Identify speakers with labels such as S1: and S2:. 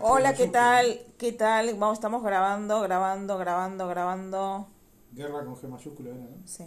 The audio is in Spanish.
S1: Hola, ¿qué tal? ¿Qué tal? Vamos, estamos grabando, grabando, grabando, grabando.
S2: Guerra con G mayúscula era, ¿no?
S1: Sí.